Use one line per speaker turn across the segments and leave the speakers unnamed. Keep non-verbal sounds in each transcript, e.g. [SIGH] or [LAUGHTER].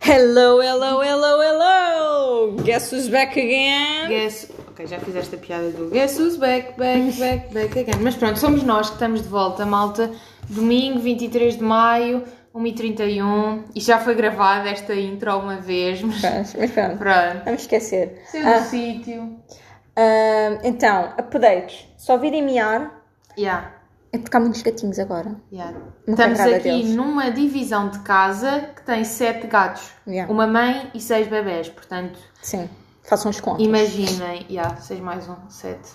Hello, hello, hello, hello! Guess who's back again?
Guess... Ok, já fizeste a piada do Guess who's back, back, back, back again. Mas pronto, somos nós que estamos de volta, malta. Domingo, 23 de maio, 1h31. Isto um. já foi gravado, esta intro, uma vez, mas
Mas, mas pronto,
pronto.
vamos esquecer.
Saiu do sítio.
Ahm, então, updates. Só virem miar.
Yeah,
É porque há muitos gatinhos agora.
yeah.
Não
Estamos
tem nada
aqui
deles.
numa divisão de casa que tem sete gatos.
Yeah.
Uma mãe e seis bebés, portanto,
Sim, façam os contos.
imaginem. Yeah, seis mais um, sete.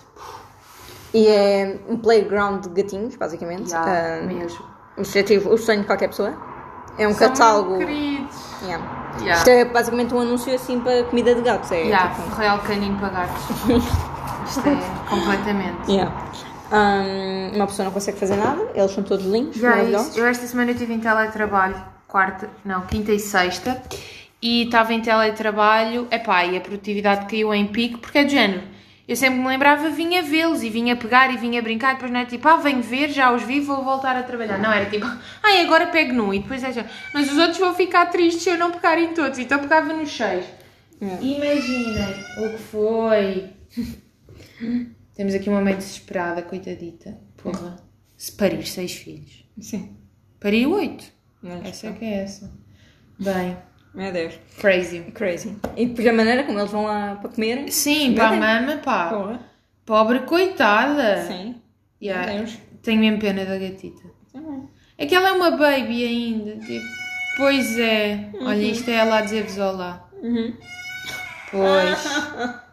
E é um playground de gatinhos, basicamente.
Yeah,
Ahm,
mesmo.
o objetivo, o sonho de qualquer pessoa. É Ah, um
São
catálogo.
muito queridos.
Yeah.
Yeah.
Isto é basicamente um anúncio assim para comida de gatos. É,
Já,
tipo-
real caninho para gatos. Isto é completamente.
Yeah. Ahm, uma pessoa não consegue fazer nada, eles são todos lindos,
Já é
maravilhosos.
isso. Eu esta semana estive em teletrabalho, quarta, não, quinta e sexta, e estava em teletrabalho, epá, e a produtividade caiu em pico, porque é de género. Eu sempre me lembrava, vinha vê-los e vinha pegar e vinha brincar, e depois não era tipo, ah, venho ver, já os vi, vou voltar a trabalhar. Não, era tipo, [LAUGHS] ai, agora pego num, e depois é já. Mas os outros vão ficar tristes se eu não pegar em todos, então pegava nos seis. É. Imaginem o que foi. [LAUGHS] Temos aqui uma mãe desesperada, coitadita. Porra. Se parir seis filhos.
Sim.
Pari oito.
Não,
Essa é que é essa. Bem,
Meu Deus.
crazy.
Crazy. E depois a maneira como eles vão lá para comer.
Sim, para a mama, pá. Pobre coitada.
Sim.
Yeah.
Meu Deus.
Tenho mesmo pena da gatita. É que ela é uma baby ainda. Tipo, pois é.
Uhum.
Olha, isto é ela a dizer-vos olá. Pois.
Adoro.
[LAUGHS]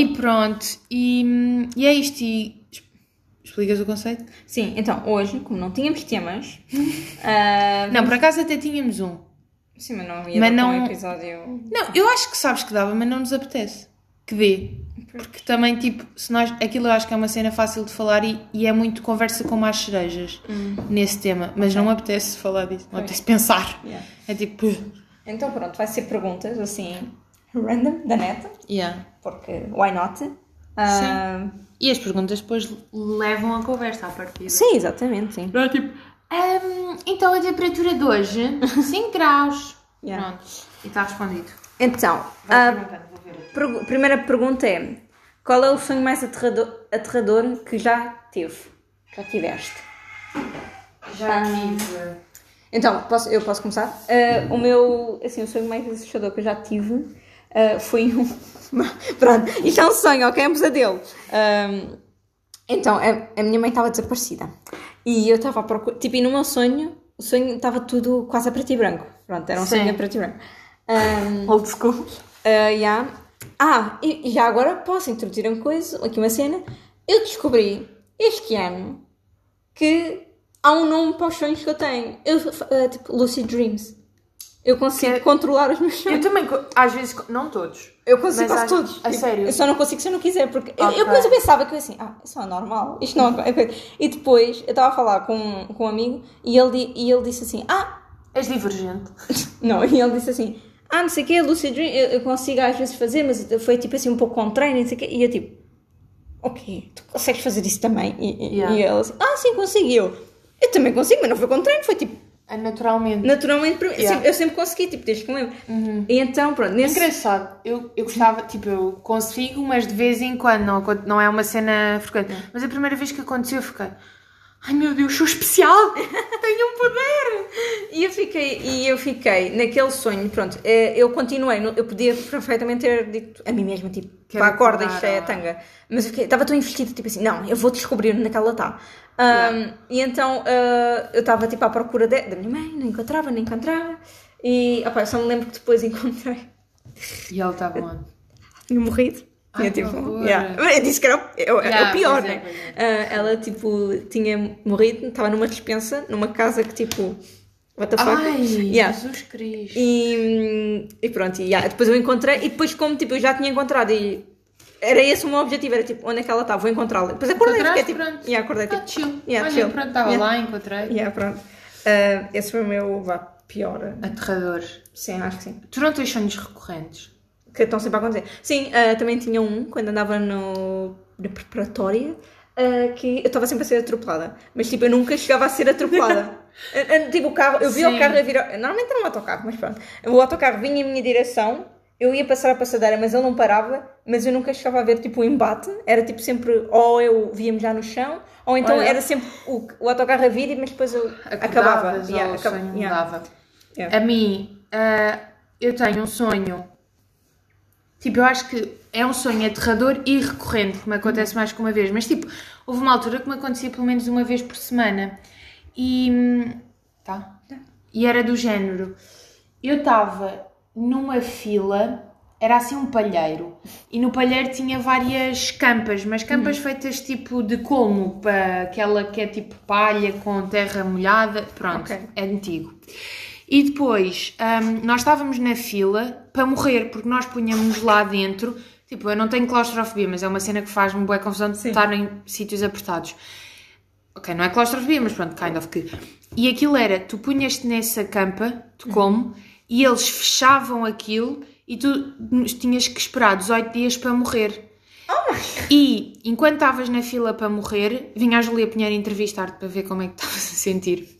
E pronto. E, e é isto. E es- explicas o conceito?
Sim, então hoje, como não tínhamos
[LAUGHS]
temas. ah,
Não, por acaso até tínhamos um.
Sim, mas não ia
Mas
dar para um
não- é-
episódio.
Não, eu acho que sabes que dava, mas não nos apetece que dê. Porque também, tipo, se nós, aquilo eu acho que é uma cena fácil de falar e, e é muito conversa com mais cerejas nesse tema. Mas não me apetece falar disso, não me apetece pensar.
Yeah.
É tipo,
Então pronto, vai ser perguntas assim. Random, da neta.
yeah.
Porque why not? Ah,
E as perguntas depois levam a conversa à partida.
sim, exatamente, sim.
Não é tipo, "Ahm, então a temperatura de [LAUGHS] hoje, 5 graus.
Yeah.
Pronto, e está respondido.
Então,
Vai
a
perguntando, vou ver.
pergu- primeira pergunta é: qual é o sonho mais aterrador, aterrador que já teve? Já tiveste?
Já é tive.
Então, posso- eu posso começar? Uh, o meu, assim, o sonho mais assustador que eu já tive uh, foi um... [LAUGHS] Pronto, isto é um sonho, ok? É um pesadelo. Um, então, a, a minha mãe estava desaparecida. E eu estava a procurar... Tipo, e no meu sonho, o sonho estava tudo quase a preto e branco. Pronto, era um
Sim.
sonho a preto e branco. Um,
Old school.
Uh, yeah. Ah, e e já agora posso introduzir uma coisa, aqui uma cena. Eu descobri este ano que há um nome para os sonhos que eu tenho. Eu, uh, tipo, Lucid Dreams. Eu consigo controlar os meus sonhos.
Eu também, co- às vezes, co- não todos.
Eu consigo
Mas
quase
há-
todos.
a
Tipo,
sério?
Eu só não consigo se eu não quiser, porque eu,
Ok.
eu depois eu pensava que eu assim, ah, isso é normal, isto não é coisa. E depois eu estava a falar com, com um amigo e ele, di- e ele disse assim, ah,
És divergente.
Não, e ele disse assim: Ah, não sei o quê, Lucid Dream, eu, eu consigo às vezes fazer, mas foi tipo assim um pouco contrário, não sei o quê. E eu tipo: Ok, tu consegues fazer isso também? E, e-
Yeah.
e ele assim: Ah, sim, consigo. E eu: Eu também consigo, mas não foi contrário, foi tipo
Ah, Naturalmente.
naturalmente para mim.
Yeah. Uhum.
Sempre- eu sempre consegui, tipo, desde que me lembro. E então, pronto, nesse.
Engraçado, eu, eu gostava, tipo, eu consigo, mas de vez em quando, não, acon- não é uma cena frequente. Mas a primeira vez que aconteceu, eu fiquei, ai meu Deus,
[LAUGHS]
sou especial, tenho um poder.
E eu fiquei, e eu fiquei naquele sonho, pronto, eh, eu continuei, não- eu podia perfeitamente ter dito a mim mesma, tipo,
Quero
pá, acorda,
acordar,
isto é
ou-
tanga. Mas eu fiquei, estava tão investida, tipo assim, não, eu vou descobrir onde é que ela está. Ah, E então ah, eu estava, tipo, à procura de- da minha mãe, não encontrava, não encontrava. E, opá, eu só me lembro que depois [LAUGHS] encontrei.
E ele
tá
estava onde?
Tinha morrido.
Ai,
Tinha, tipo,
que horror.
yeah. Mas Eu disse que era o, é o- é
Yeah,
o pior,
pois é,
né? Ah, ela, tipo, tinha morrido, estava numa despensa, numa casa que, tipo, what the fuck?
Ai,
Yeah.
Jesus Cristo.
E, e pronto, e, yeah, depois eu encontrei, e depois, como tipo, eu já tinha encontrado, e era esse o meu objetivo: era tipo, onde é que ela está? Vou encontrá-la. Depois acordei, fiquei
Encontraste,
tipo,
pronto.
yeah, acordei tipo,
Ah, chill.
Yeah,
Olha,
chill.
pronto, estava
Yeah.
lá, encontrei.
yeah, pronto. Ah, esse foi o meu, vá, pior.
Aterrador.
Sim, acho que sim.
Tu não tens sonhos recorrentes?
Que estão sempre a acontecer. Sim, ah, também tinha um, quando andava no, na eh,
[LAUGHS]
preparatória, ah, que eu estava sempre a ser atropelada. Mas tipo, eu nunca chegava a ser atropelada. Ah, ah, Tipo, o carro, eu vi
Sim.
o carro a vir. ao- Normalmente era um autocarro, mas pronto. O autocarro vinha em minha direção, eu ia passar a passadeira, mas ele não parava, mas eu nunca chegava a ver tipo o embate. Era tipo sempre, ou eu via-me já no chão, ou então
Olha.
era sempre o, o autocarro a vir, mas depois eu acabava.
Acordavas
Yeah,
ou o
acaba-
sonho
yeah.
mudava.
Yeah.
A mim, ah, eu tenho um sonho. Tipo, eu acho que é um sonho aterrador e recorrente, que me acontece mais que uma vez. Mas, tipo, houve uma altura que me acontecia pelo menos uma vez por semana. E. hum, Tá? E era do género. Eu estava numa fila, era assim um palheiro. E no palheiro tinha várias campas, mas campas feitas tipo de colmo, pa- aquela que é tipo palha com terra molhada. Pronto,
Ok.
é antigo. E depois, hum, nós estávamos na fila para morrer, porque nós punhamos lá dentro. Tipo, eu não tenho claustrofobia, mas é uma cena que faz-me boa confusão de estar em sítios apertados. Ok, não é claustrofobia, mas pronto, kind of que. E aquilo era, tu punhas-te nessa campa, tu como, e eles fechavam aquilo e tu tinhas que esperar 18 dias para morrer. E enquanto estavas na fila para morrer, vinha a Julia Pinheiro entrevistar-te para ver como é que [LAUGHS] estavas a sentir.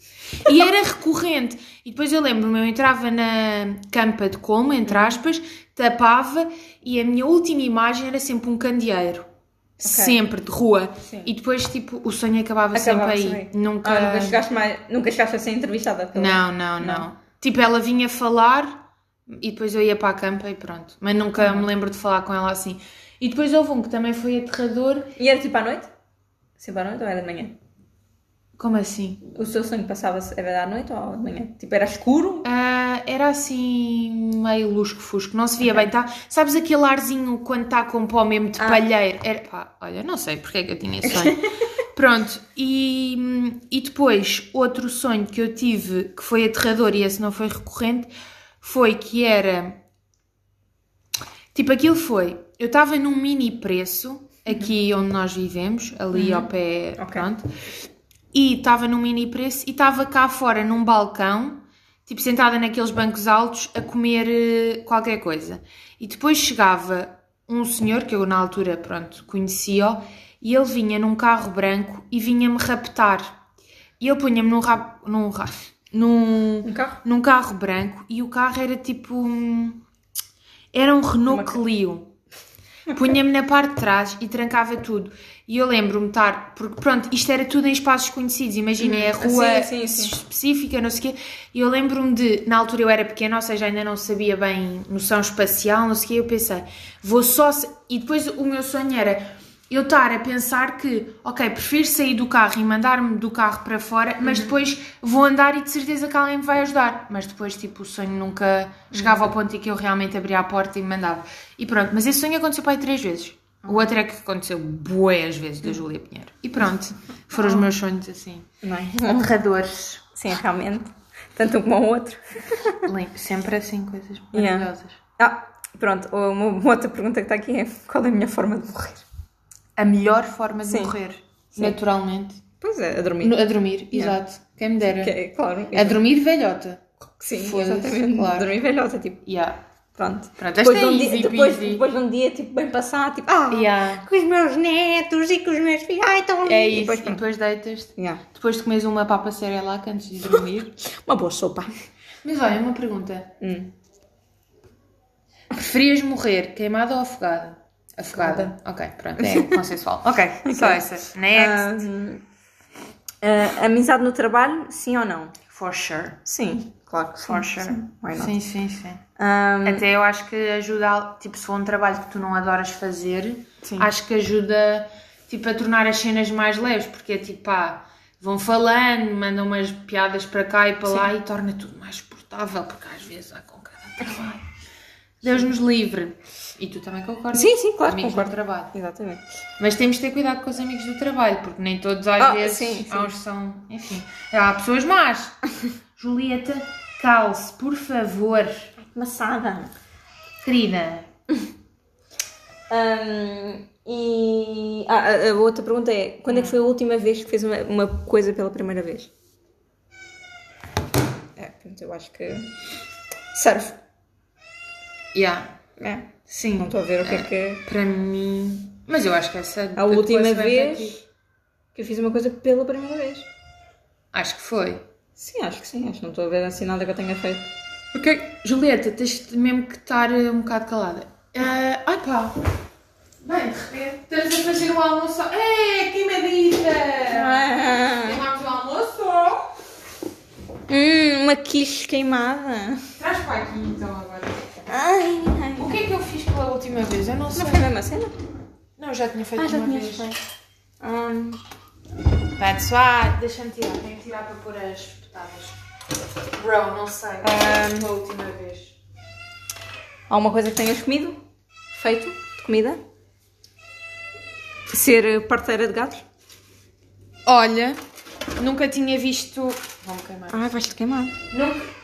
E era recorrente. E depois eu lembro-me, eu entrava na campa de como, entre aspas, tapava e a minha última imagem era sempre um candeeiro. Sempre, de rua.
Sim.
E depois, tipo, o sonho acabava,
Acabava
sempre aí.
assim.
Nunca.
Ah, nunca chegaste mais, nunca chegaste a ser entrevistada. pelo-
Não, não, não, Tipo, ela vinha falar e depois eu ia para a campa e pronto. Mas nunca me lembro de falar com ela assim. E depois houve um que também foi aterrador.
E era tipo à noite? Sempre à noite ou era de manhã?
Como assim?
O seu sonho passava-se era à noite ou de manhã? Tipo, era escuro?
Ah, era assim, meio lusco-fusco, não se via bem, tá? Sabes aquele arzinho quando está com pó mesmo de palheiro? Era, pá, olha, não sei porque é que eu tinha esse sonho. Pronto, e, e depois outro sonho que eu tive que foi aterrador e esse não foi recorrente foi que era tipo aquilo foi. Eu estava num mini preço aqui onde nós vivemos, ali ao pé,
Ok.
pronto, e estava num mini preço e estava cá fora num balcão, tipo sentada naqueles bancos altos a comer eh, qualquer coisa. E depois chegava um senhor que eu na altura, pronto, conhecia e ele vinha num carro branco e vinha-me raptar. E eu punha-me num rap, num rap, num
Um carro?
num carro branco e o carro era tipo. um- Era um Renault
Uma ca- [LAUGHS]
Clio. Punha-me na parte de trás e trancava tudo. E eu lembro-me de estar. Porque, pronto, isto era tudo em espaços conhecidos, imaginem, a
Uhum.
rua
Sim, sim, sim.
específica, não sei o quê. E eu lembro-me de. Na altura eu era pequena, ou seja, ainda não sabia bem noção espacial, não sei o quê. Eu pensei, vou só. sa- E depois o meu sonho era. Eu estar a pensar que, ok, prefiro sair do carro e mandar-me do carro para fora, mas
Uhum.
depois vou andar e de certeza que alguém me vai ajudar. Mas depois, tipo, o sonho nunca chegava ao
Uhum.
ponto em que eu realmente abria a porta e me mandava. E pronto, mas esse sonho aconteceu para aí três vezes. O outro é que aconteceu bué às vezes da Júlia Pinheiro. E pronto, foram os meus sonhos assim.
Uhum. Não é?
Aterradores.
Sim, realmente. Tanto um como o outro.
Sempre assim, coisas
Yeah.
maravilhosas.
Ah, pronto. Uma, uma outra pergunta que está aqui é qual é a minha forma de morrer?
A melhor forma de
Sim.
morrer, naturalmente.
Pois é, a dormir.
No- a dormir,
Yeah.
exato. Quem me dera.
Que é, claro.
A dormir velhota.
Sim,
Foda-se,
exatamente.
claro.
Dormir velhota, tipo,
Yeah.
pronto.
Pronto,
Depois
esta
de,
é
um
easy
dia, depois,
peasy.
depois de um dia, tipo, bem passado, tipo, ah,
Yeah.
com os meus netos e com os meus filhos, ai, estão
É isso, e depois,
Depois, pronto.
deitas-te.
Yeah.
Depois de comes uma papa cerelac antes de dormir. Hum.
Uma boa sopa.
[LAUGHS] Mas olha, uma pergunta. Preferias morrer queimada ou afogada? Afogada. Ok, pronto, é consensual. ok, só essa. Next.
Ahm, ah, amizade no trabalho, sim ou não?
For sure.
Sim, claro que sim.
For sure.
Sim, why not?
Sim, sim, sim.
Ahm,
Até eu acho que ajuda, a- tipo, se for um trabalho que tu não adoras fazer,
Sim.
acho que ajuda, tipo, a tornar as cenas mais leves, porque é tipo, pá, vão falando, mandam umas piadas para cá e para lá e torna tudo mais suportável, porque às vezes há com cada trabalho. Deus nos livre. E tu também concordas?
Sim, sim, claro,
Amigos
concordo.
do trabalho.
Exatamente.
Mas temos de ter cuidado com os amigos do trabalho, porque nem todos às
Ah,
vezes
sim, sim.
há uns que são. Enfim, há pessoas más.
[LAUGHS]
Julieta, calce, por favor,
Maçada.
querida.
Ahm, e ah, a, a outra pergunta é: quando é que foi a última vez que fez uma, uma coisa pela primeira vez? É, portanto, eu acho que. Surf.
Yeah,
É.
sim.
Não estou a ver o que é que.
Para mim. Mas eu acho que essa.
A última
tua semana é
vez
tipo-
que eu fiz uma coisa pela primeira vez.
Acho que foi.
Sim, acho que sim. Acho que não estou a ver assim nada que eu tenha feito.
Ok. Julieta, tens de mesmo que estar eh, um bocado calada. Ah, ai pá. Bem, de repente, estamos a fazer um almoço. É, que medita! Ah.
Ah.
Tomámos o almoço.
Hum, uma quiche queimada.
Traz para aqui então agora.
Ai, ai.
O que é que eu fiz pela última vez? Eu não sei.
Não foi a mesma cena?
Não, já tinha feito
Ah, já
uma
tinhas
vez.
feito. Hum,
Pá, pessoal, deixa-me tirar. Tenho que tirar para pôr as espetadas. Bro, não sei.
Ah.
Pela última vez.
há uma coisa que tenhas comido? Feito? De comida? Ser eh, parteira de gatos?
Olha, nunca tinha visto. Vamos queimar.
Ai, vais-te queimar.
Nunca.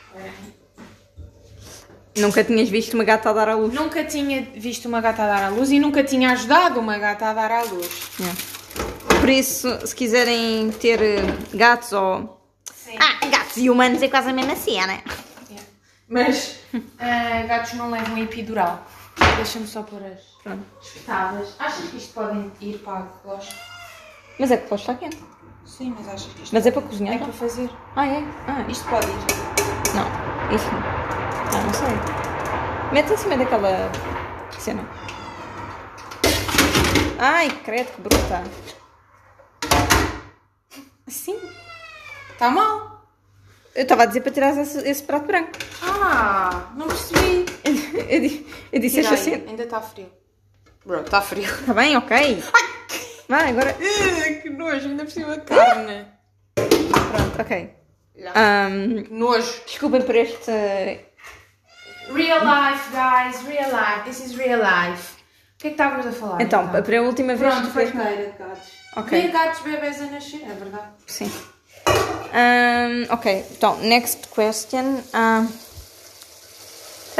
Nunca tinhas visto uma gata a dar à luz?
Nunca tinha visto uma gata a dar à luz e nunca tinha ajudado uma gata a dar à luz.
É. Por isso, se quiserem ter eh, gatos ou.
Sim.
Ah, gatos e humanos é quase a mesma cena.
[LAUGHS] Mas ah, gatos não levam epidural. Deixa-me só pôr as
Pronto.
espetadas. Achas que isto pode ir para a gosto?
Mas é que o posto está quente.
Sim, mas achas que isto
Mas é para cozinhar?
é para fazer?
Ah, é? Ah, isto.
Isto pode ir.
Não, isto não. Ah, não sei. Mete acima daquela cena. Ai, credo, que bruta. Sim.
Está Tá mal.
Eu estava a dizer para tirar esse, esse prato branco. [LAUGHS]
Ah, não percebi.
Eu, di- eu
é
disse esta cena.
Ainda está frio. Bro, está frio. [LAUGHS]
Está bem, ok. Vai, agora.
que nojo, ainda por cima de carne.
Pronto, ok. Ahm, ah,
Que nojo.
desculpem por este
Real life, guys, real life. This is real life. O que é que estávamos a falar?
Então, para a última vez
Pronto,
foi-
parteira de gatos.
é Ok.
Ver gatos bebés a nascer, é verdade.
Sim. Ahm, ok, então, next question. Ah, ah,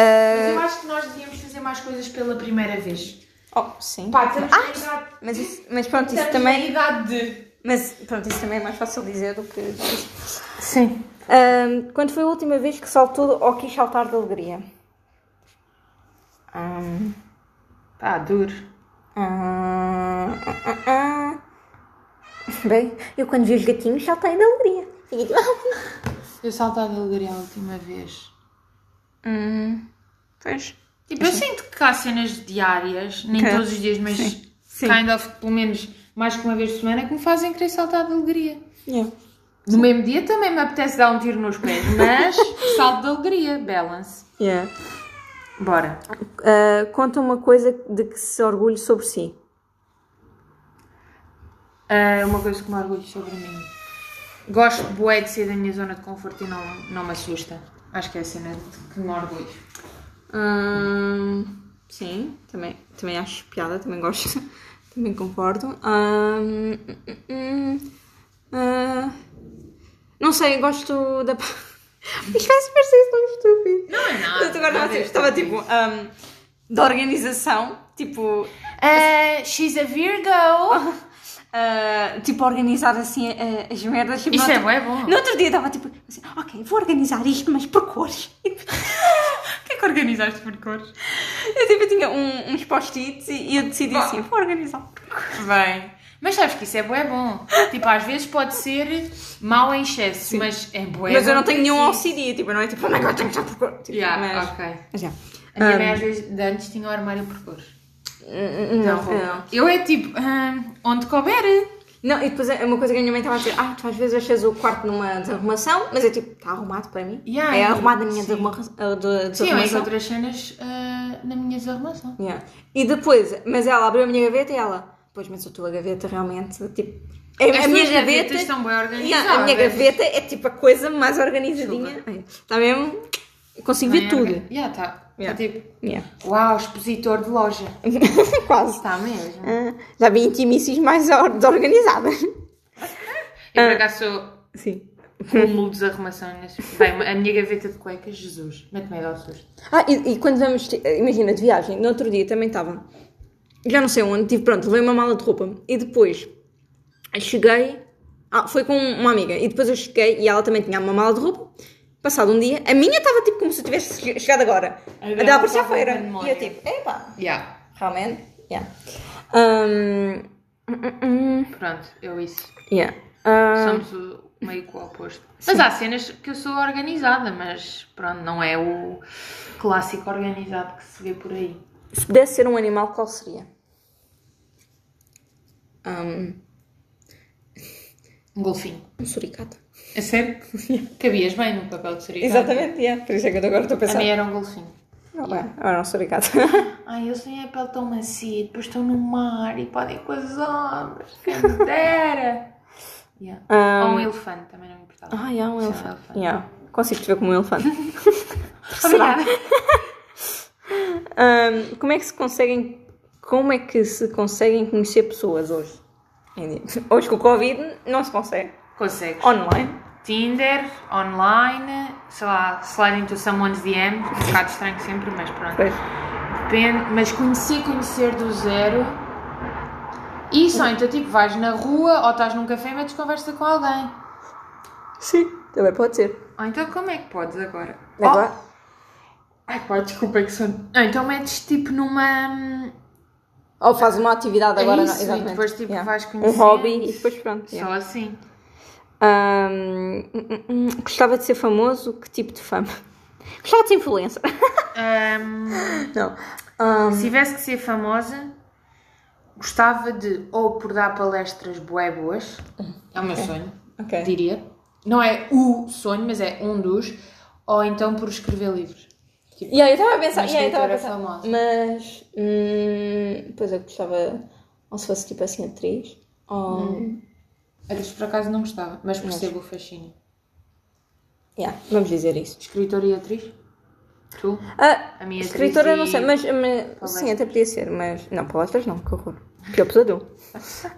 Mas eu acho que nós devíamos fazer mais coisas pela primeira vez.
oh, sim.
Pá, Ah, estamos na idade.
Mas, isso- mas pronto, isso
Estamos na
também.
idade de.
Mas pronto, isso também é mais fácil dizer do que.
Sim.
Ahm, quando foi a última vez que saltou ou quis saltar de alegria? Ahm,
Pá, duro.
ah, ah, ah, ah. Bem, eu quando vi os gatinhos saltei de alegria. Fiquei tipo,
Eu saltei de alegria a última vez.
Hum, pois.
Tipo, eu sinto que há cenas diárias, nem
Ok.
todos os dias, mas
Sim. Sim.
kind of, pelo menos mais que uma vez por semana, que me fazem querer saltar de alegria.
Yeah.
No mesmo dia também me apetece dar um tiro nos pés, [LAUGHS] mas salto de alegria, balance.
Yeah.
Bora.
Uh, conta uma coisa de que se orgulhe sobre si.
Ah, uma coisa que me orgulho sobre mim. Gosto bué de ser da minha zona de conforto e não, não me assusta. Acho que é a cena de que me orgulho.
Hum, sim, também, também acho piada, também gosto, [LAUGHS] também concordo. Hum, hum, hum, ah, não sei, gosto da. pa- [LAUGHS] Isto vai se parecer tão estúpido.
Não é nada.
Eu agora estava, tipo, estava tipo. hum, da organização, tipo. [LAUGHS]
Ah, she's a Virgo.
ah, tipo, organizar assim ah, as merdas. tipo,
[LAUGHS] Isso
no
é
outro-
bué bom.
No outro dia estava tipo assim, ok, vou organizar isto, mas por cores. [LAUGHS]
O que é que organizaste por cores?
Eu tipo, tinha um- uns post-its e eu decidi
Bom.
assim, vou organizar.
Bem. Mas sabes que isso é bué bom. Tipo, às vezes pode ser mau em excesso, mas é bué
mas eu
bom
não tenho nenhum
porque-
OCD, tipo, não é tipo, oh my god, tenho que estar por cor. Tipo,
assim. Yeah,
mas,
ok.
mas já.
A minha
Ah,
mãe às vezes de antes tinha o armário por cores.
n- n-
Não,
não, não.
Eu é tipo, ah, onde couber.
Não, e depois é uma coisa que a minha mãe estava a dizer, ah, tu às vezes achas o quarto numa desarrumação, mas é tipo, está arrumado para mim.
Yeah,
é
e-
arrumado na minha
sim.
desarruma- ah, de-
Sim, é eu
desarrumação.
outras cenas ah, na minha desarrumação.
Yeah. E depois, mas ela abriu a minha gaveta e ela, pois, mas a tua gaveta realmente, tipo, a, a minha
As tuas gavetas
gaveta.
estão bem
Yeah, a minha
organizadas.
gaveta é tipo a coisa mais organizadinha. Está mesmo? Eu Consigo
é
ver tudo.
Já está.
Yeah.
tipo,
Yeah. [LAUGHS]
uau, expositor de loja.
Quase.
Está mesmo.
Ah, já vi intimícios mais or- desorganizadas.
Eu
Ah.
por acaso sou
Sim.
cúmulo de desarrumação. nesse- Bem, a minha gaveta de cuecas, Jesus, mete-me aí ao susto.
Ah, e, e quando vamos, te- imagina, de viagem, no outro dia também estava, já não sei onde, tive, pronto, levei uma mala de roupa e depois cheguei, ah, foi com uma amiga e depois eu cheguei e ela também tinha uma mala de roupa, passado um dia, a minha estava tipo como se eu tivesse che- chegado agora,
A
a
dela
dela parecia a
estava
feira,
de memória.
e eu tipo, epá,
Já.
realmente, yeah. Hum,
Pronto, eu isso.
Yeah. Ah,
Somos o meio que o oposto. Mas há cenas que eu sou organizada, mas pronto, não é o clássico organizado que se vê por aí.
se pudesse ser um animal, qual seria? Ahm,
Um golfinho.
um suricata.
É [LAUGHS] sério? Cabias bem no papel de suricata.
Exatamente, yeah. por isso é que eu agora estou a
A
pensar.
minha era um golfinho.
Ah, bem, Era um suricata.
Ai, eles têm a pele tão macia, depois estão no mar e podem com as ondas. Que me dera! [LAUGHS] Yeah. Ou um elefante, também não me importava.
ah, yeah, um
Sim,
elefante. Yeah. Consigo te ver como um elefante.
[LAUGHS] Obrigada.
Ahm, como é que se conseguem como é que se conseguem conhecer pessoas hoje? Em dia. Hoje com o Covid não se consegue.
Consegues.
Online.
Tinder, online, sei lá, slide into someone's DM. Um bocado estranho sempre, mas pronto.
Pois.
Depende, mas conhecer, conhecer do zero. E só então, tipo, vais na rua ou estás num café e metes conversa com alguém.
Sim, também pode ser.
Ou então, como é que podes agora?
Agora,
Oh, ai, pá, desculpa que sono. Ou então, metes tipo numa.
ou faz uma atividade
É
agora
isso,
não,
e
exatamente.
depois, tipo, vais
Um
conhecendo.
hobby e depois pronto. yeah.
Só assim.
Ahm, hum, hum, hum, gostava de ser famoso, que tipo de fama? Gostava de ser [LAUGHS] influencer.
Ahm,
Não. Ahm,
se tivesse que ser famosa, gostava de ou por dar palestras bué boas. É o meu sonho.
ok.
diria. Não é o sonho, mas é um dos. Ou então por escrever livros. Tipo,
E aí eu estava a pensar,
Uma
e aí eu estava a pensar,
escritora famosa.
mas hum, pois eu gostava, ou se fosse tipo assim atriz, ou
atriz por acaso não gostava, mas percebo o fascínio.
yeah, vamos dizer isso.
Escritora e atriz? Tu?
Ah,
A minha
escritora
atriz
não
e-
sei, mas, mas- sim, até podia ser, mas não, palestras não, que horror. Pior pesadelo. [LAUGHS]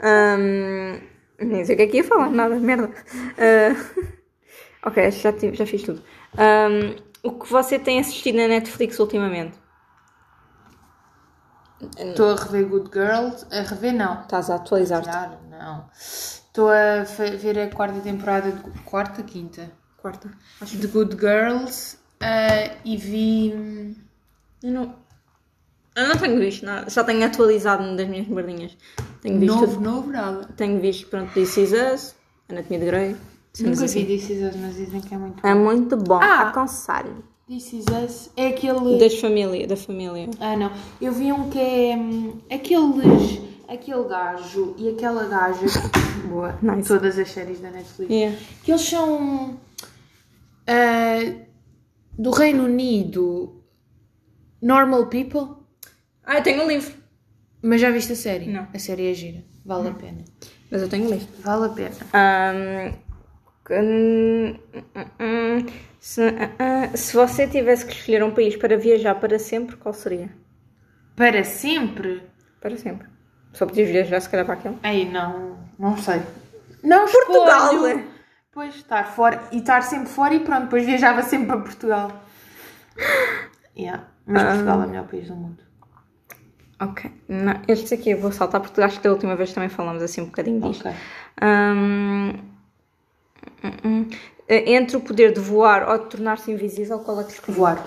Hum, nem sei o que é que ia falar, nada, merda. Ah, [LAUGHS] ok, acho que já, tive- já fiz tudo. Hum, o que você tem assistido na Netflix ultimamente?
Estou a rever Good Girls. A rever não.
Estás a atualizar-te.
Claro, não. Estou a fa- ver a quarta temporada de quarta, quinta.
Quarta.
De Good Girls ah, e vi. hum,
Eu não, eu não tenho visto nada. Só tenho atualizado-me das minhas merdinhas. Tenho visto,
Novo, novo, nada.
tenho visto pronto, This Is Us, Anatomia de Grey. cenas
Nunca
assim.
vi This Is Us, mas dizem que é muito.
É muito bom,
Ah!
aconselho.
This Is Us é aquele.
Das família, da família.
Ah, não. Eu vi um que é hum, aqueles. Aquele gajo e aquela gaja. [LAUGHS] Boa.
Nice.
Todas as séries da Netflix.
Yeah.
Que eles são. ah, do Reino Unido. Normal People.
Ah, eu tenho um livro.
Mas já viste a série?
Não.
A série é gira. Vale a pena.
Mas eu tenho um livro.
Vale a pena.
Ahm, que- hum, hum, hum, se, ah, ah, se você tivesse que escolher um país para viajar para sempre, qual seria?
Para sempre?
Para sempre. Só podias viajar, se calhar, para aquele.
Ai, não. Não sei. Não né?
Portugal!
escolho. Pois, estar fora. E estar sempre fora e pronto, depois viajava sempre para Portugal. Yeah. Mas Portugal é o melhor país do mundo.
Ok. Não, este aqui eu vou saltar porque acho que da última vez também falamos assim um bocadinho disto.
Ok.
Hum, hum, hum. Entre o poder de voar ou de tornar-se invisível, qual é que escolhe?
Voar.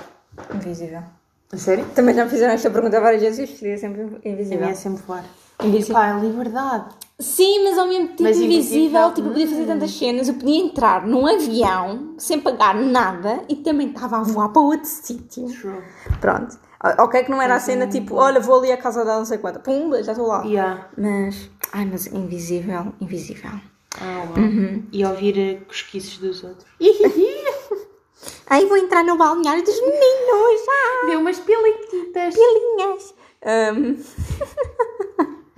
Invisível.
A sério?
Também já me fizeram esta pergunta várias vezes e eu escolhi sempre
A minha
invisível.
é sempre voar.
Invisível.
Pá, é liberdade.
Sim, mas ao mesmo tempo
Mas
invisível,
invisível,
tipo, eu podia fazer tantas cenas, eu podia entrar num avião sem pagar nada e também estava a voar para outro sítio.
True.
Pronto. Ok que não era a cena tipo, olha, vou ali à casa da não sei quanta. Pumba, já estou lá.
Yeah.
Mas, ai, mas invisível, invisível.
Ah, uau. E ouvir eh, cosquices dos outros.
Ai, vou entrar no balneário dos meninos, ah,
Deu umas piliquitas.
pilinhas.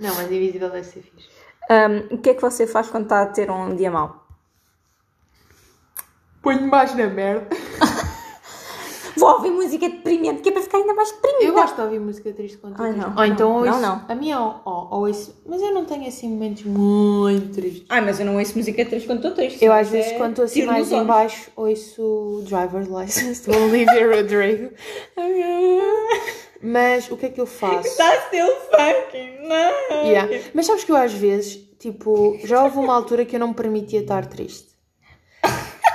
Não, mas invisível deve ser fixe.
o que é que você faz quando está a ter um dia mau?
Ponho-me mais na merda.
Vou ouvir música deprimente, que é para ficar ainda mais deprimente.
Eu gosto de ouvir música triste quando
Ai,
estou triste.
não.
Ou então
Não,
ouço.
não.
A minha ou, ou, ou ouço. Mas eu não tenho assim momentos muito tristes.
Ai, mas eu não ouço música triste quando estou triste. é
Eu às vezes quando estou assim mais em baixo ouço Driver's License do Olivia [LAUGHS] Rodrigo. Mas o que é que eu faço?
still fucking, não.
Yeah. Mas sabes que eu às vezes, tipo, já houve uma altura que eu não me permitia estar triste.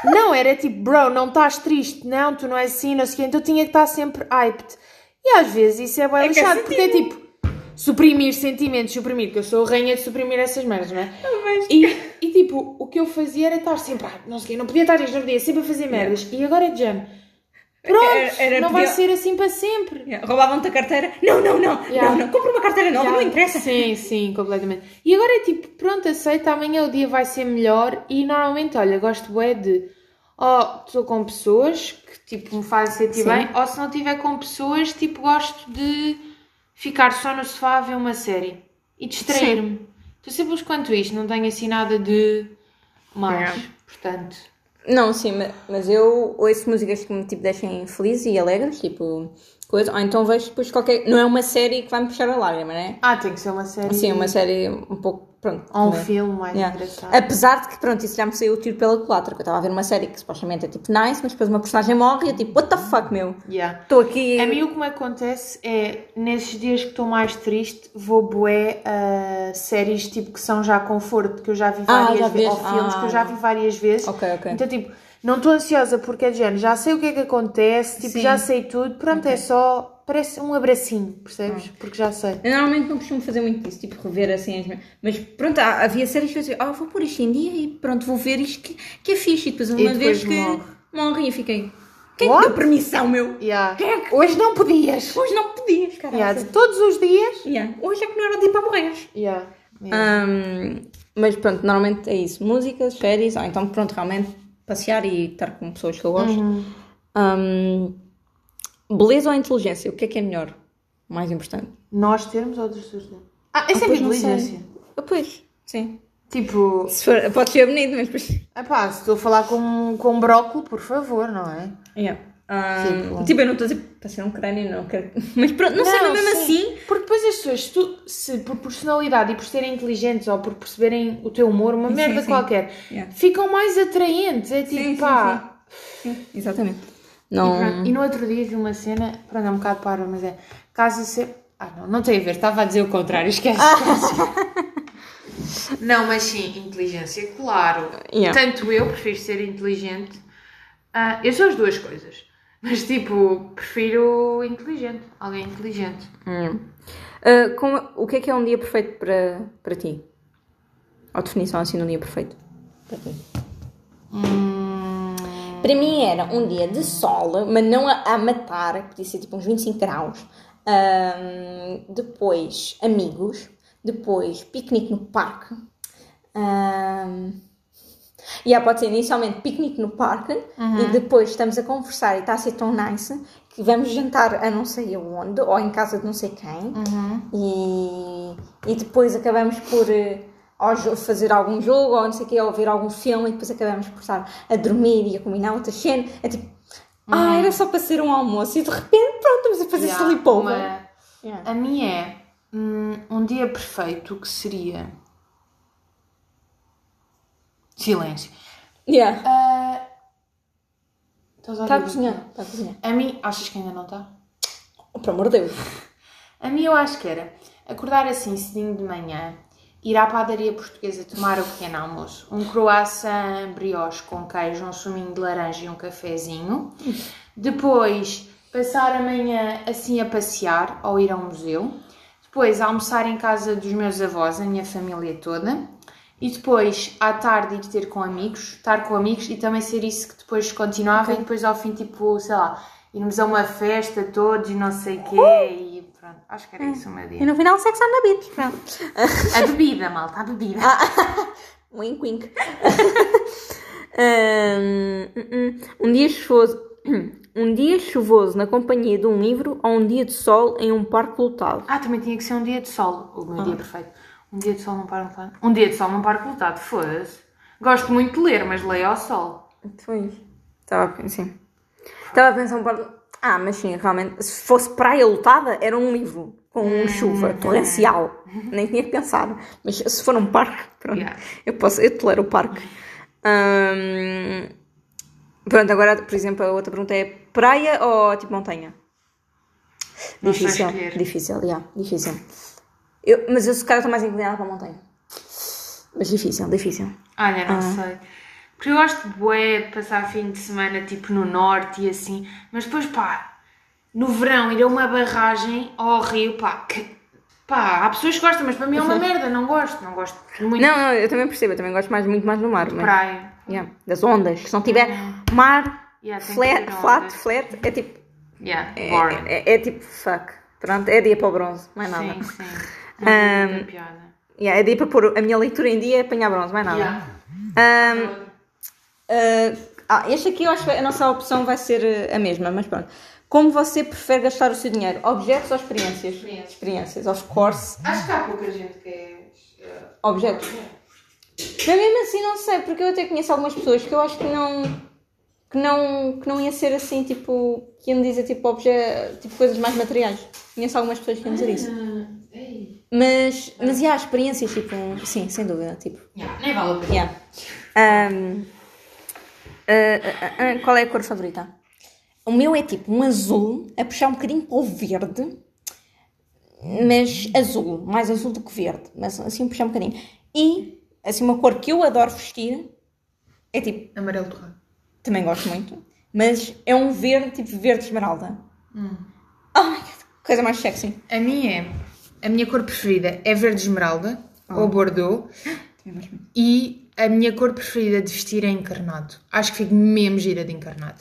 Não, era tipo, bro, não estás triste, não, tu não és assim, não sei o quê. Então eu tinha que estar sempre hyped. E às vezes isso é bem
que é
lixado, porque é tipo, suprimir sentimentos, suprimir, que eu sou a rainha de suprimir essas merdas, não é?
Tá
E, e, tipo, o que eu fazia era estar sempre, ah, não sei o quê, não podia estar isto, não podia, sempre a fazer merdas. E agora é de género, pronto,
Era- era
não vai
pior.
ser assim para sempre.
Yeah, Roubavam-te a carteira. Não, não, não.
Yeah.
Não, não. Compra uma carteira nova,
Já.
não interessa.
Sim, sim, completamente. E agora é tipo, pronto, aceita, amanhã o dia vai ser melhor e normalmente, olha, gosto bué de ou estou com pessoas que tipo me fazem sentir
Sim.
bem, ou se não estiver com pessoas, tipo, gosto de ficar só no sofá a ver uma série e distrair-me. Estou sempre quanto isto, não tenho assim nada de mais,
Yeah.
portanto.
Não, sim, ma- mas eu ouço músicas que me tipo, deixem feliz e alegres, tipo, coisa. Ou então vejo depois qualquer. Não é uma série que vai me puxar a lágrima, né?
Ah, tem que ser uma série.
Sim, uma série um pouco. Pronto.
Ou um
né?
filme mais
Yeah.
engraçado.
Apesar de que, pronto, isso já me saiu o tiro pela culatra, que eu estava a ver uma série que supostamente é tipo nice, mas depois uma personagem morre e eu tipo, what the fuck, meu?
Yeah.
Estou aqui.
A mim o que me acontece é, nesses dias que estou mais triste, vou bué a séries tipo que são já conforto, que eu já vi
Ah,
várias
já
vezes, ou
vês?
filmes que eu já
Ah.
vi várias vezes.
Ok, ok.
Então, tipo, não estou ansiosa porque é de género, já sei o que é que acontece, tipo,
Sim.
já sei tudo, pronto, é só, parece um abracinho, percebes?
Ah.
Porque já sei.
Eu normalmente não costumo fazer muito isso, tipo rever assim as minhas- Mas pronto, há- havia séries que eu dizia, ah, vou pôr isto em dia e pronto, vou ver isto que, que é fixe. E depois uma
depois
vez que
morre.
morre e eu fiquei, quem é que
What?
deu permissão, meu?
Yeah.
Quem é que-
Hoje não podias.
Hoje não podias, caralho.
Yeah, de todos os dias.
Yeah. Hoje é que não era o dia para morrer.
Yeah. Yeah.
Ah. Ahm, mas pronto, normalmente é isso. Músicas, séries, ou então pronto, realmente passear e estar com pessoas que eu gosto. Ahm, beleza ou inteligência? O que é que é melhor? Mais importante.
Nós termos outros surdos. Ah, essa é a
pois, não
inteligência.
Ah, pois, sim.
Tipo,
Se for- pode ser bonito, mas depois.
Ah pá, se estou a falar com, com brócolis, por favor, não é?
Yeah. Ah,
Tipo-
tipo, eu não estou a dizer para ser um crânio, não quero. [LAUGHS] Mas pronto, não, sei, mas mesmo assim.
Porque depois as pessoas, se, tu- se por personalidade e por serem inteligentes ou por perceberem o teu humor, uma merda
sim.
qualquer,
Yeah.
ficam mais atraentes. É tipo,
Sim, sim,
pá.
Sim, exatamente.
E,
Não.
pronto, e no outro dia vi uma cena, pronto, é um bocado para, mas é. Caso ser. Ah, não, não tem a ver, estava a dizer o contrário, esquece. esquece. Ah. [LAUGHS] não, mas sim, inteligência, claro.
Yeah.
Tanto eu prefiro ser inteligente. Ah, eu sou as duas coisas. Mas, tipo, prefiro inteligente. Alguém inteligente.
Hum. Ah, como- o que é que é um dia perfeito para, para ti? Ou definição assim de um dia perfeito? Para ti. Hum, Para mim era um dia de sol, mas não a, a matar, podia ser tipo uns 25 graus. Ahm, depois, amigos. Depois, piquenique no parque. Ahm, e yeah, pode ser inicialmente piquenique no parque e depois estamos a conversar e está a ser tão nice que vamos jantar a não sei aonde ou em casa de não sei quem
Uhum.
e, e depois acabamos por eh, ao jo- fazer algum jogo ou não sei o quê, ou ver algum filme e depois acabamos por estar a dormir e a combinar outra cena. É tipo, ah, era só para ser um almoço e de repente, pronto, estamos a fazer
Uhum.
yeah,
Yeah,
sleepover.
uma-
Yeah.
A minha é hum, um dia perfeito que seria. Silêncio.
Yeah.
Ah, estás a
Está a
ouvir?
cozinhar, está a cozinhar.
A mim, achas que ainda não está?
Oh, por amor de Deus.
A mim eu acho que era acordar assim cedinho de manhã, ir à padaria portuguesa tomar o pequeno almoço, um croissant brioche com queijo, um suminho de laranja e um cafezinho. Depois passar a manhã assim a passear ou ir a um museu. Depois almoçar em casa dos meus avós, a minha família toda. E depois, à tarde, ir ter com amigos, estar com amigos e também ser isso que depois continuava e depois ao fim, tipo, sei lá, irmos a uma festa todos e não sei o quê e pronto. Acho que era isso o meu
E
dia.
no final, sexo on the beach. Pronto.
A bebida, malta, a bebida.
Ah. Wink, wink. [LAUGHS] Hum, hum, hum. um dia chuvoso. Um dia chuvoso na companhia de um livro ou um dia de sol em um parque lotado.
Ah, também tinha que ser um dia de sol. O
Ah.
meu dia perfeito. Um dia de sol num parque lotado. Um dia de sol num parque lotado, foda-se. Gosto muito de ler, mas leio ao sol.
Foi. Estava a pensar. Estava a pensar um parque. Ah, mas sim, realmente. Se fosse praia lotada, era um livro com
Ah,
chuva torrencial. Nem tinha que pensar. Mas se for um parque, [LAUGHS] pronto.
Yeah.
Eu posso. Eu tolero o parque. Hum, pronto, agora, por exemplo, a outra pergunta é: praia ou tipo montanha?
Não sei
Difícil,
escolher.
difícil, yeah, difícil. Eu, mas eu, se calhar, estou mais inclinada para a montanha. Mas difícil, difícil.
Olha,
Ah.
não sei. Porque eu gosto de bué de passar fim de semana, tipo, no norte e assim. Mas depois, pá, no verão, ir a uma barragem ou ao rio, pá, que... Pá, há pessoas que gostam, mas para mim é uma merda, não gosto, não gosto muito
Não, não, eu também percebo, eu também gosto mais, muito mais do mar.
de
Mas,
praia.
yeah, das ondas. Se não tiver mar,
Yeah, Ah. tem que
flat,
ter
flat,
ondas.
flat, é tipo.
Yeah,
É,
boring.
é- é tipo, fuck. Pronto, é dia para o bronze, mais [LAUGHS] nada. Hum,
Sim, sim. Não tem muita piada.
Yeah, é dia para pôr a minha leitura em dia e apanhar bronze, mais nada.
Yeah.
Ahm, ah, ah, este aqui eu acho que a nossa opção vai ser eh, a mesma, mas pronto. Como você prefere gastar o seu dinheiro? Objetos ou experiências?
Experiências.
Experiências, of course.
Acho que há pouca gente que é. eh,
Objetos. Mas mesmo assim não sei, porque eu até conheço algumas pessoas que eu acho que não. Que não, que não ia ser assim, tipo, que iam dizer tipo, obje, tipo coisas mais materiais. Conheço algumas pessoas que iam dizer isso.
hum, ei.
Mas, mas e há experiências, tipo, sim, sem dúvida, tipo,
Yeah, nem vale a pena.
yeah. Um, uh, Ahm, ah, ah, ah, qual é a cor favorita? O meu é tipo um azul, a puxar um bocadinho para o verde, mas azul, mais azul do que verde, mas assim puxar um bocadinho. E, assim, uma cor que eu adoro vestir, é tipo,
Amarelo torrado.
também gosto muito, mas é um verde, tipo verde esmeralda. Oh my God, coisa mais sexy.
A minha é. A minha cor preferida é verde esmeralda
Oh.
ou bordeaux e a minha cor preferida de vestir é encarnado. Acho que fico mesmo gira de encarnado.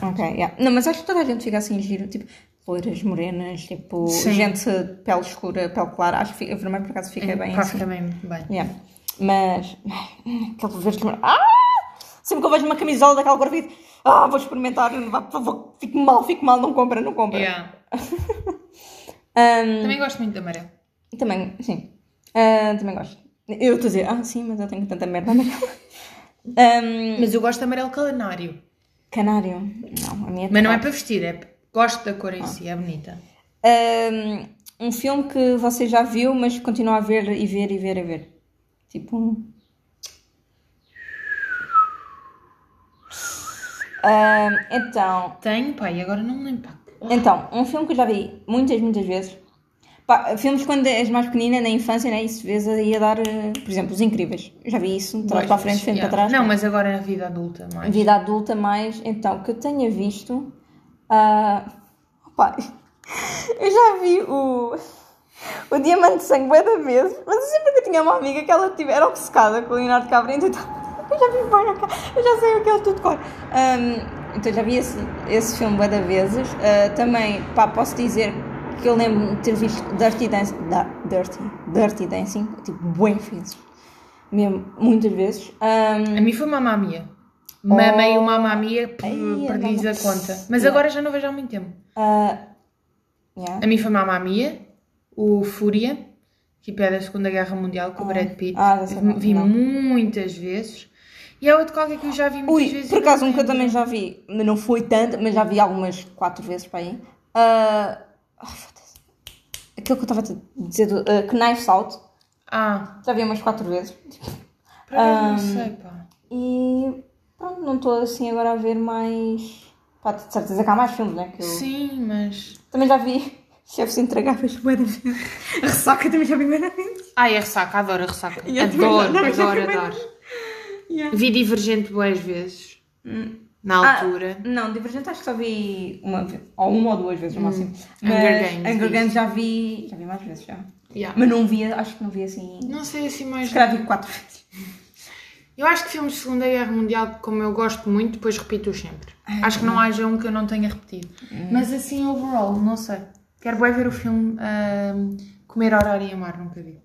Ok, yeah. Não, mas acho que toda a gente fica assim giro, tipo, loiras, morenas, tipo,
Sim.
gente de pele escura, pele clara, acho que fica, vermelho por acaso fica bem
É, Pá,
assim.
fica bem, muito bem.
Yeah. Mas, [LAUGHS] ai, aquele verde, ah! Sempre que eu vejo uma camisola daquela cor, eu fico, ah, vou experimentar, vá, por favor, fico mal, fico mal, não compra, não compra. [LAUGHS]
Yeah.
Um,
Também gosto muito de amarelo.
Também, sim. Ah, também gosto. Eu estou a dizer, ah, sim, mas eu tenho tanta merda amarela. Ahm,
Mas eu gosto de amarelo canário.
[LAUGHS] canário, não, a minha
Mas não é para vestir, é gosto da cor em
Ah.
si, é bonita.
um, um filme que você já viu, mas continua a ver e ver e ver e ver. Tipo. um- Um, então,
Tenho, pá, e agora não me lembro. pá.
então, um filme que eu já vi muitas, muitas vezes. Pá, filmes quando és mais pequenina, na infância, né? Isso vês aí a dar, eh, por exemplo, Os Incríveis. Eu Já vi isso, de trás para a frente, de frente
Yeah.
para trás.
Não, mas agora na vida adulta, é? mais.
é? Vida adulta mais, então, que eu tenha visto. ah, opá, [LAUGHS] eu já vi o. O Diamante de Sangue bué da vez, mas eu sempre que tinha uma amiga que ela tive, era obcecada com o Leonardo Cabrinho, então [LAUGHS] eu já vi bem, ok, eu já sei o que é tudo cor. Um, então já vi esse, esse filme bué da vezes. Ah, também, pá, posso dizer que eu lembro de ter visto Dirty Dancing, da- Dirty, Dirty Dancing, tipo, bué vezes. Mesmo, muitas vezes. Um,
A mim foi uma mamia. Mamei uma mamia,
Oh. Ai,
perdi
mamma-
a conta. Mas
Yeah.
agora já não vejo há muito tempo.
yeah.
A mim foi uma mamia, o Fúria, que é da Segunda Guerra Mundial, com o Brad Pitt.
Ah, já sei qual,
vi
não.
muitas vezes. E há outro qualquer que eu já vi muitas
Ui,
vezes.
por
e não
acaso um que eu
lembro.
também já vi, mas não foi tanto, mas já vi algumas quatro vezes para aí. Ah, ai, foda-se. Aquilo que eu estava a dizer do ah, que Knives Out,
Ah,
já vi umas quatro vezes.
por acaso não
Ah.
sei, pá.
E pronto, não estou assim agora a ver mais. Pá, de certeza que há mais filmes, né? Que eu...
Sim, mas.
Também já vi [LAUGHS] Chefes Entregáveis, bué da vezes. A Ressaca também já vi bué da vezes.
Ai, é ressaca, adoro a ressaca.
Yeah,
adoro,
também já-
adoro,
também já-
adoro.
Yeah.
Vi Divergente boas vezes. Na
Ah,
altura.
Não, Divergente acho que só vi uma vez, ou uma ou duas vezes no máximo.
Hunger
Mas
Games,
Hunger
vi.
Games já vi, já vi mais vezes já.
Yeah.
Mas não via, acho que não via assim.
Não sei assim mais.
Se calhar vi quatro vezes.
Eu acho que filmes de Segunda Guerra Mundial, como eu gosto muito, depois repito-os sempre. acho que não haja um que eu não tenha repetido. Mas assim, overall, não sei. Quero bem ver o filme ahm, Comer, Orar e Amar, nunca vi.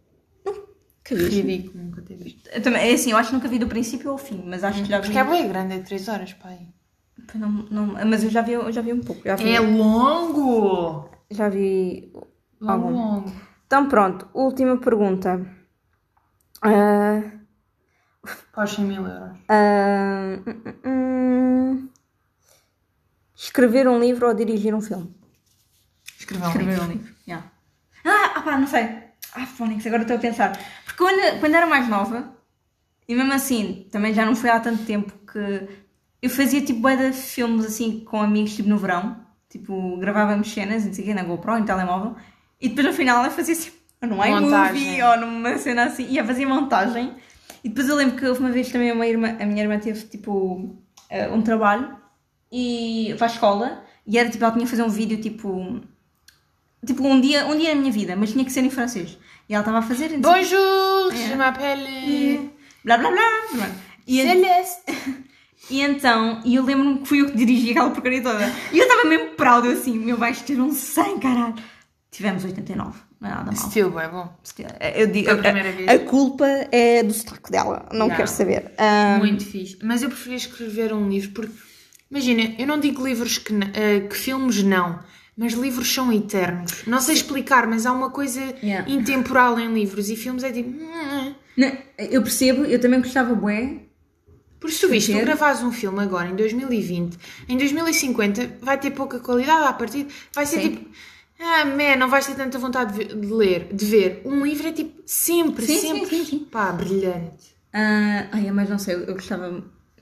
Que
Ridículo, nunca ter visto.
Também, é assim, eu acho que nunca vi do princípio ao fim, mas acho que já vi.
Porque é bem grande, é 3 horas, pai.
Não, não- mas eu já vi, eu já vi um pouco. Já vi,
É longo!
já vi
Longo,
algum.
longo.
Então pronto, última pergunta. Ah,
Para os 100 mil euros.
ah, hum, hum, hum. escrever um livro ou dirigir um filme?
Escreveu um
Escrever
livro.
um livro. Yeah. Ah, opá, não sei. Ah, Fónix, agora estou a pensar. Porque quando, quando era mais nova, e mesmo assim, também já não foi há tanto tempo que eu fazia tipo bué de filmes assim com amigos, tipo no verão. Tipo, gravávamos cenas, não sei o quê, na GoPro, em telemóvel. E depois no final eu fazia assim, ou num iMovie,
Montagem.
ou numa cena assim. Ia fazer montagem. E depois eu lembro que houve uma vez também uma irmã, a minha irmã teve tipo eh, um trabalho e para a escola. E era tipo, ela tinha que fazer um vídeo tipo Tipo, um dia, um dia na minha vida, mas tinha que ser em francês. E ela estava a fazer. então-
Bonjour, je m'appelle.
Blá blá blá. blá. E,
Celeste.
e então, e eu lembro-me que fui eu que dirigi aquela porcaria toda. E eu estava mesmo proud, eu assim, meu, vais ter um 100, caralho. Tivemos 89, não é nada mal.
Still, é bom.
Eu digo,
Foi a primeira vez.
a, a culpa é do sotaque dela, não
Já.
quero saber. Ah,
Muito fixe. Mas eu preferia escrever um livro porque, imagina, eu não digo livros que, n- eh, que filmes não, mas livros são eternos. Não sei explicar, mas há uma coisa
Yeah.
intemporal em livros e filmes é tipo. "Hum, hum".
não, eu percebo, eu também gostava bué.
Porque se tu viste, tu
Entendo.
gravares um filme agora em 2020, em 2050 vai ter pouca qualidade à partida, vai ser
Sim.
tipo. Ah, man, não vais ter tanta vontade de ver- de ler, de ver. Um livro é tipo sempre,
Sim, sim,
sempre.
sim, sim.
Pá, brilhante.
Ah, ai, mas não sei, eu gostava,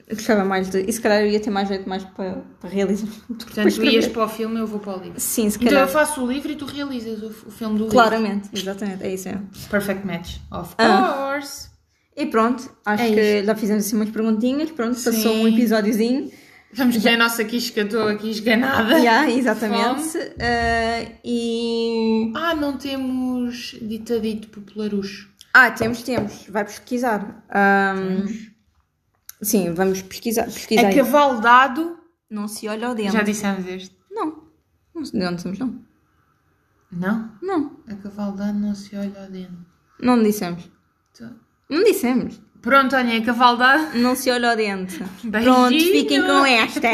eu gostava mais de. E se calhar eu ia ter mais jeito mais para, para realizar.
Portanto, tu ias para o filme, eu vou para o livro.
Sim, se
Então
calhar.
eu faço o livro e tu realizas o, o filme do livro.
Claramente, exatamente, é isso mesmo.
Perfect match, of
Ah.
course.
E pronto, acho
É
que já fizemos assim umas perguntinhas, pronto, passou
Sim.
um
[LAUGHS]
episódiozinho.
Vamos ver a nossa quisca, estou aqui esganada.
Já, exatamente. Ah, e.
Ah, não temos ditadito popularucho.
Ah, temos, temos, vai pesquisar. Ah, Sim, vamos pesquisar. pesquisar
É
aí.
cavalo dado.
Não se olha ao dente.
Já dissemos este.
Não. Não, não dissemos não.
Não?
Não.
A cavalo dado não se olha ao dente.
Não dissemos.
Tô-
Não dissemos.
Pronto, olhem, a cavalo dado.
Não se olha ao dente.
Beijinho. [LAUGHS]
Pronto, fiquem com esta.